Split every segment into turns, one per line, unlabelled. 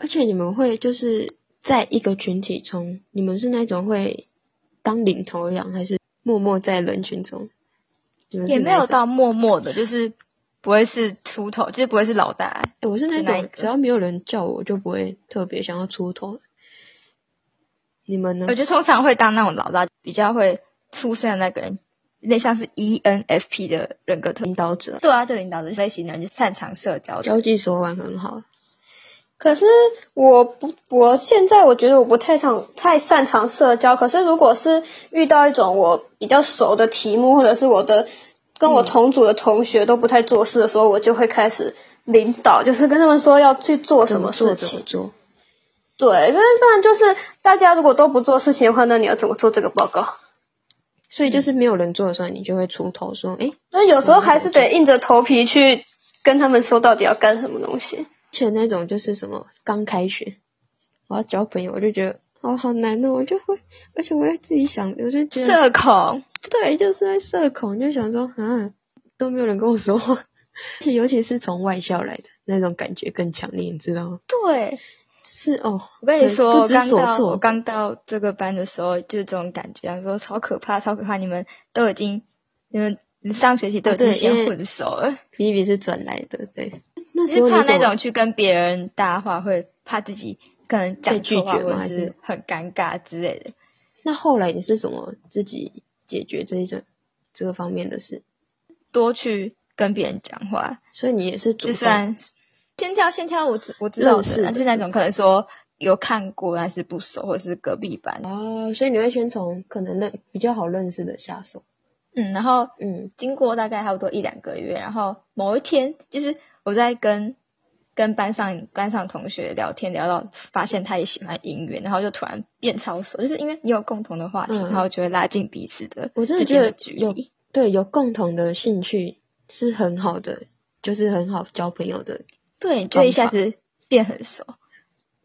而且你们会就是在一个群体中，你们是那种会当领头羊，还是默默在人群中？你们是
也没有
哪一种
到默默的，就是不会是出头，就是不会是老大。
诶哎我是那
是哪一
种
个
只要没有人叫我，我就不会特别想要出头。你们呢
嗯
我？觉得通常会当那种老大，比较会出声的那个人，有点像是 E ENFP 的人格特
领
质。
导者
对啊，就领导的类型的人，就擅长社交的。
交际手腕很好，
可是我不，我现在我觉得我不太擅太擅长社交。可是如果是遇到一种我比较熟的题目，或者是我的跟
嗯
我同组的同学都不太做事的时候，我就会开始领导，就是跟他们说要去做什
怎
么
么做
事
怎么
情。
做。
对，因为不然就是大家如果都不做事情的话，那你要怎么做这个报告？
所以就是没有人做的时候，你就会出头说：“哎诶，
那有时
嗯
候还是得硬着头皮去跟他们说到底要干什么东西。
而且那种就是什么刚开学，我要交朋友，我就觉得哦好难哦，我就会，而且我会自己想，我就觉得
社恐，
对，就是在社恐，就想说啊都没有人跟我说话， 而且尤其是从外校来的那种感觉更强烈，你知道吗？
对
是哦，
我跟你
很
说，
不
我
知
刚
所
到
措
我刚到这个班的时候，就是这种感觉，想啊说超可怕，超可怕！你们都已经，你们你上学期都
哦
已经
对因为
先混熟了，
比比是转来的，对，那时
就
候
是
你
怕
怎
那
么
种去跟别人搭话会怕自己可能
被
讲
拒
错话
绝吗
或者
还是
是很尴尬之类的。
那后来你是怎么自己解决这一种这个方面的事？
多去跟别人讲话，
所以你也是主
就
动
算先挑先挑我知我知道
认识的
的，就是那
是不是
种可能说有看过但是不熟，或者是隔壁班，
哦，所以你会先从可能认比较好认识的下手，
嗯，然后
嗯，
经过大概差不多一两个月，然后某一天，就是我在跟跟班上班上同学聊天，聊到发现他也喜欢音乐，然后就突然变超熟，就是因为你有共同的话题，
嗯
然后就会拉近彼此的
我真的觉
之间的
得
距
有
离。
对有共同的兴趣是很好的，就是很好交朋友的。
对，就一下子变很熟，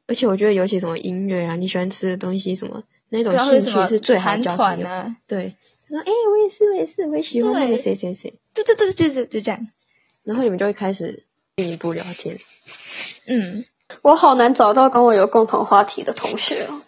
而且我觉得尤其什么音乐啊，你喜欢吃的东西什么那种
然后
兴
是啊什
趣
么
是最好
韩
交朋
团
友。
啊，
对，他说哎、我也是，我也是，我也喜欢那个
对
谁谁谁，
对对对，就是就这样。
然后你们就会开始进一步聊天。
嗯，
我好难找到跟我有共同话题的同学哦。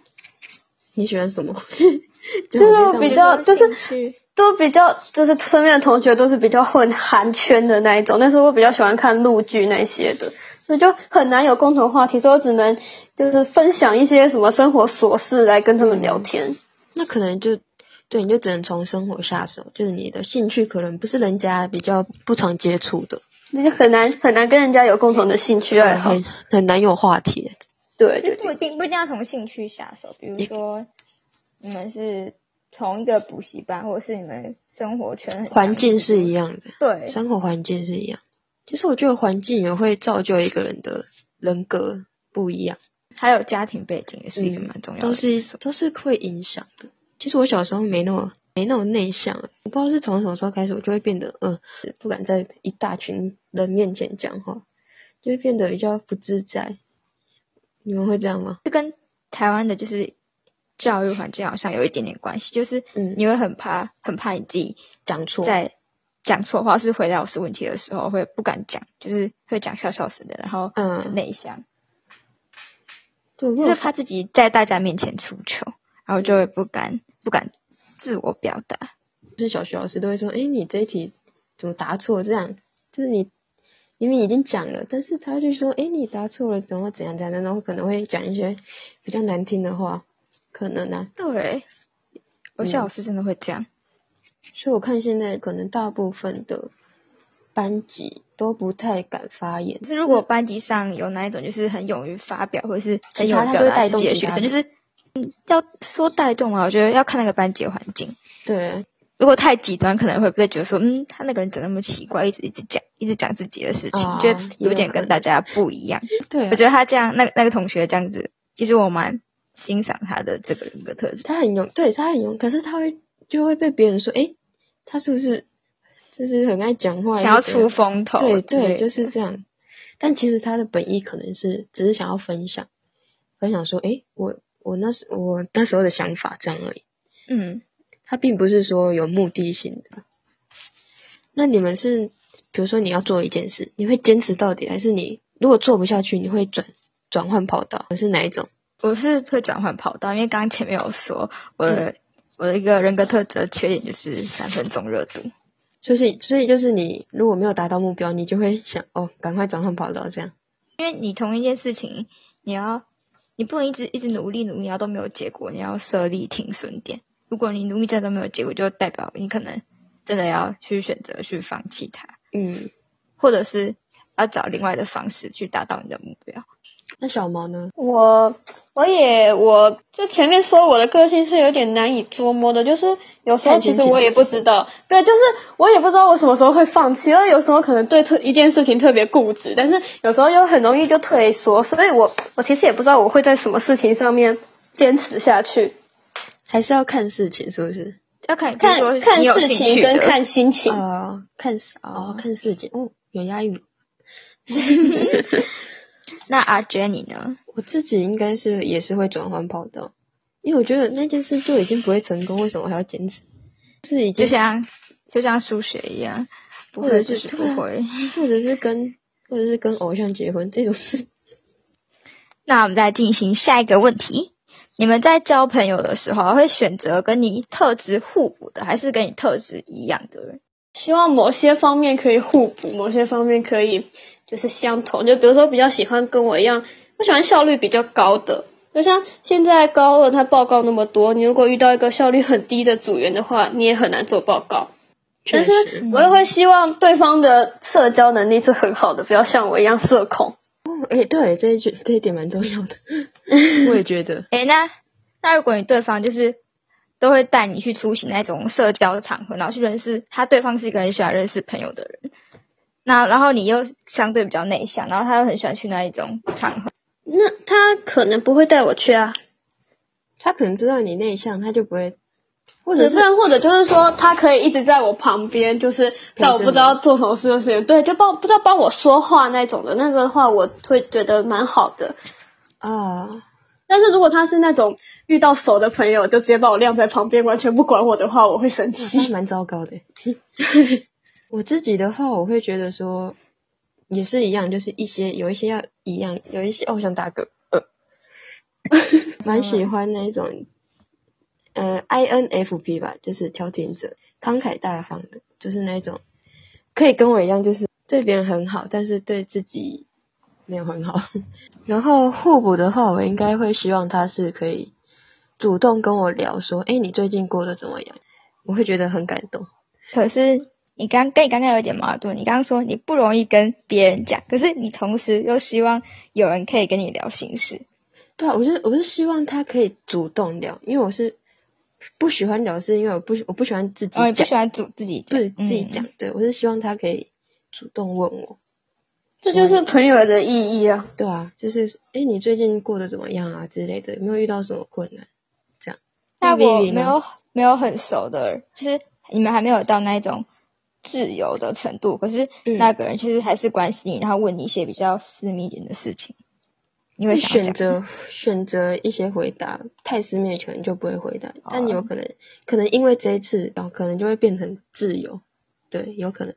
你喜欢什么？
就是
好像
比
没
较
什么
就是
兴趣
都比较就是身边的同学都是比较混韩圈的那一种，但是我比较喜欢看陆剧那些的，所以就很难有共同话题，所以我只能就是分享一些什么生活琐事来跟他们聊天。
那可能就对，你就只能从生活下手，就是你的兴趣可能不是人家比较不常接触的，
那就很难很难跟人家有共同的兴趣爱好，
很很难有话题。
对
就
对
不一
对，
定不一定要从兴趣下手，比如
也
说你们是同一个补习班，或者是你们生活圈很
环境
相
是
似
一样的，
对，
生活环境是一样。其实我觉得环境也会造就一个人的人格不一样，
还有家庭背景也是一个
嗯
蛮重要的
都
因素，
是都是会影响的。其实我小时候没那么没那么内向，啊我不知道是从什么时候开始，我就会变得嗯，不敢在一大群人面前讲话，就会变得比较不自在。你们会这样吗？
台湾的就是教育环境好像有一点点关系，就是
嗯
你会很怕很怕你自己
讲错，
在讲错话，是回答老师问题的时候会不敢讲，就是会讲笑笑死的，然后
嗯
很内向，
对，我
就
有
是怕自己在大家面前出糗，然后就会不敢不敢自我表达。
就是小学老师都会说，哎、你这一题怎么答错？这样就是你明明已经讲了，但是他就说，哎、你答错了，怎么怎样怎样，然后可能会讲一些比较难听的话，可能啊。
对，我
嗯
小老师真的会这样。
所以我看现在可能大部分的班级都不太敢发言
可，是如果班级上有哪一种就是很勇于发表，或者是很
其
勇
他他
于表
就会
达
带
自己
动
的
其
学
他
生，
的
就是嗯，要说带动啊，我觉得要看那个班级的环境。
对，
如果太极端，可能会被觉得说，嗯，他那个人怎么那么奇怪，一直一直讲，一直讲自己的事情，
哦
就有
有
点
可能
跟大家不一样。
对啊、
我觉得他这样，那那个同学这样子，其实我蛮欣赏他的这个人格特质。
他很勇，对他很勇，可是他会就会被别人说，哎、他是不是就是很爱讲话，
想要
还是怎样
出风头，
对对，就是这样。但其实他的本意可能是只是想要分享，分享说，诶，我我那时我那时候的想法这样而已。
嗯，
他并不是说有目的性的。那你们是，比如说你要做一件事，你会坚持到底，还是你如果做不下去，你会转转换跑道？你是哪一种？
我是会转换跑道，因为刚刚前面有说我
嗯
的、我的一个人格特质的缺点就是三分钟热度。
就是所以就是你如果没有达到目标，你就会想哦，赶快转换跑道这样。
因为你同一件事情，你要你不能一直一直努力努力，然后都没有结果，你要设立停损点。如果你努力真的都没有结果，就代表你可能真的要去选择去放弃它，
嗯，
或者是要找另外的方式去达到你的目标。
那小毛呢？
我我也我就前面说我的个性是有点难以捉摸的，就是有时候
看
其
心
实
情
我也不知道，对，就是我也不知道我什么时候会放弃，而有时候可能对特一件事情特别固执，但是有时候又很容易就退缩，所以我我其实也不知道我会在什么事情上面坚持下去，
还是要看事情是不是？
要看比如说
看看
你有
事
兴
情
趣
跟
的，
看心情。
啊，看事哦，看事情哦，有押韵。
那阿 j 你呢？
我自己应该是也是会转换跑道，因为我觉得那件事就已经不会成功，为什么还要坚持？是已
就
经
像就像数学一样，不
或者
会
是
就是不会。
或者是跟或者是跟偶像结婚这种事，
那我们再进行下一个问题：你们在交朋友的时候，会选择跟你特质互补的，还是跟你特质一样的人？
希望某些方面可以互补，某些方面可以就是相同。就比如说，比较喜欢跟我一样，我喜欢效率比较高的。就像现在高二他报告那么多，你如果遇到一个效率很低的组员的话，你也很难做报告。但
确
是
实。
我也会希望对方的社交能力是很好的，不要像我一样社恐。
哦哎、对，这一句这一点蛮重要的， 我也觉得。
诶，那那如果你对方就是都会带你去出席那种社交场合，然后去认识他，对方是一个很喜欢认识朋友的人，那然后你又相对比较内向，然后他又很喜欢去那一种场合，
那他可能不会带我去啊，
他可能知道你内向，他就不会，或
或
者
者
是
不然，或者就是说，他可以一直在我旁边，就是在我不知道做什么事的时间，对，就帮不知道帮我说话那种的，那个的话我会觉得蛮好的。
啊，
但是如果他是那种遇到熟的朋友就直接把我晾在旁边，完全不管我的话，我会生
那还
气。
蛮糟糕的。我自己的话，我会觉得说，也是一样，就是一些有一些要一样，有一些偶像大哥，呃，蛮喜欢那一种，呃，INFP 吧，就是调停者，慷慨大方的，就是那一种，可以跟我一样，就是对别人很好，但是对自己没有很好。 然后互补的话，我应该会希望他是可以主动跟我聊说，哎，你最近过得怎么样？我会觉得很感动。
可是你刚跟你刚刚有点矛盾，你刚刚说你不容易跟别人讲，可是你同时又希望有人可以跟你聊心事，
对啊，我是我是希望他可以主动聊，因为我是不喜欢聊，是因为我不我不喜欢自己
哦，你不
讲，
喜欢主自己
不
讲
是自己
嗯
讲。对，我是希望他可以主动问我。
这就是朋友的意义啊！
对啊，就是哎，诶你最近过得怎么样啊之类的，有没有遇到什么困难？这样。
那
那
我
Vivi 呢
没有没有很熟的人，就是你们还没有到那种挚友的程度，可是
嗯
那个人其实还是关心你，然后问你一些比较私密一点的事情，你会
会
想要
选
讲
择选择一些回答，太私密的可能就不会回答，但
哦
有可能可能因为这一次，然后可能就会变成挚友，对，有可能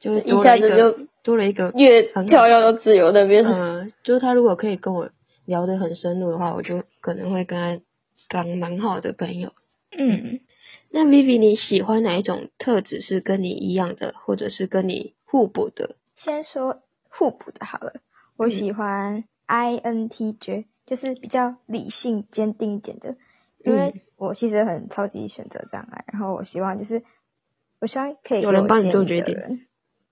就会
一
多
下
了一
子
个
就
多了一个
越
很好
跳跃到自由那边，
嗯，就是他如果可以跟我聊得很深入的话，我就可能会跟他当蛮好的朋友。
嗯，
那 Vivi，你喜欢哪一种特质是跟你一样的，或者是跟你互补的？
先说互补的好
嗯
了，我喜欢 INTJ，、就是比较理性坚定一点的，因
嗯
为我其实很超级选择障碍，然后我希望就是我希望可以
有
给
人
我
帮你
建
做
议
决
的
定
人，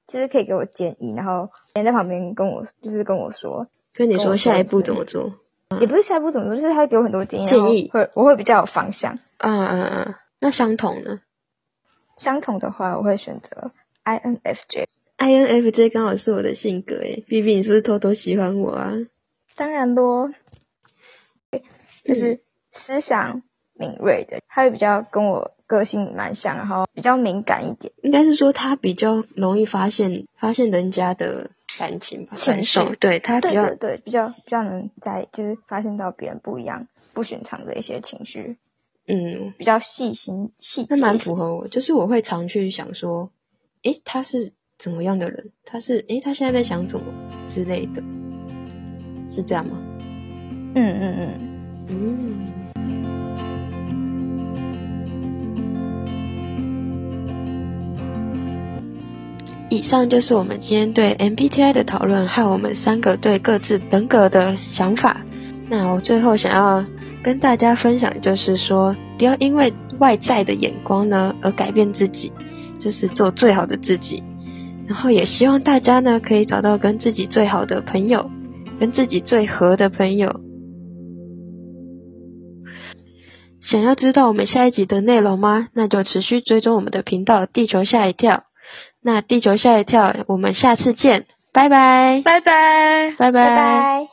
就是可以给我建议，然后人在旁边跟我就是跟我说。
跟你
跟
说
我
下一
说
步
是
怎么做？
也不是下一步怎么做，就是他会给我很多建议，
建
然后
议
会我会比较有方向。
啊啊啊！那相同呢
相同的话，我会选择 INFJ。
？INFJ 刚好是我的性格诶，Vivi，你是不是偷偷喜欢我啊？
当然咯，
嗯
就是思想敏锐的，他会比较跟我个性蛮像，然后比较敏感一点。
应该是说他比较容易发现发现人家的感情吧，
情
感受，
绪
对他比
对
较
对对，比较比较能在就是发现到别人不一样、不寻常的一些情绪，
嗯，
比较细心细节
那
一点。
蛮符合我，就是我会常去想说，诶，他是怎么样的人？他是诶，他现在在想什么之类的，是这样吗？
嗯嗯嗯，
嗯，以上就是我们今天对 MBTI 的讨论和我们三个对各自人格的想法。那我最后想要跟大家分享，就是说，不要因为外在的眼光呢而改变自己，就是做最好的自己。然后也希望大家呢可以找到跟自己最好的朋友，跟自己最合的朋友。想要知道我们下一集的内容吗？那就持续追踪我们的频道《地球吓一跳》。那《地球吓一跳》，我们下次见，拜拜，
拜拜，
拜
拜拜。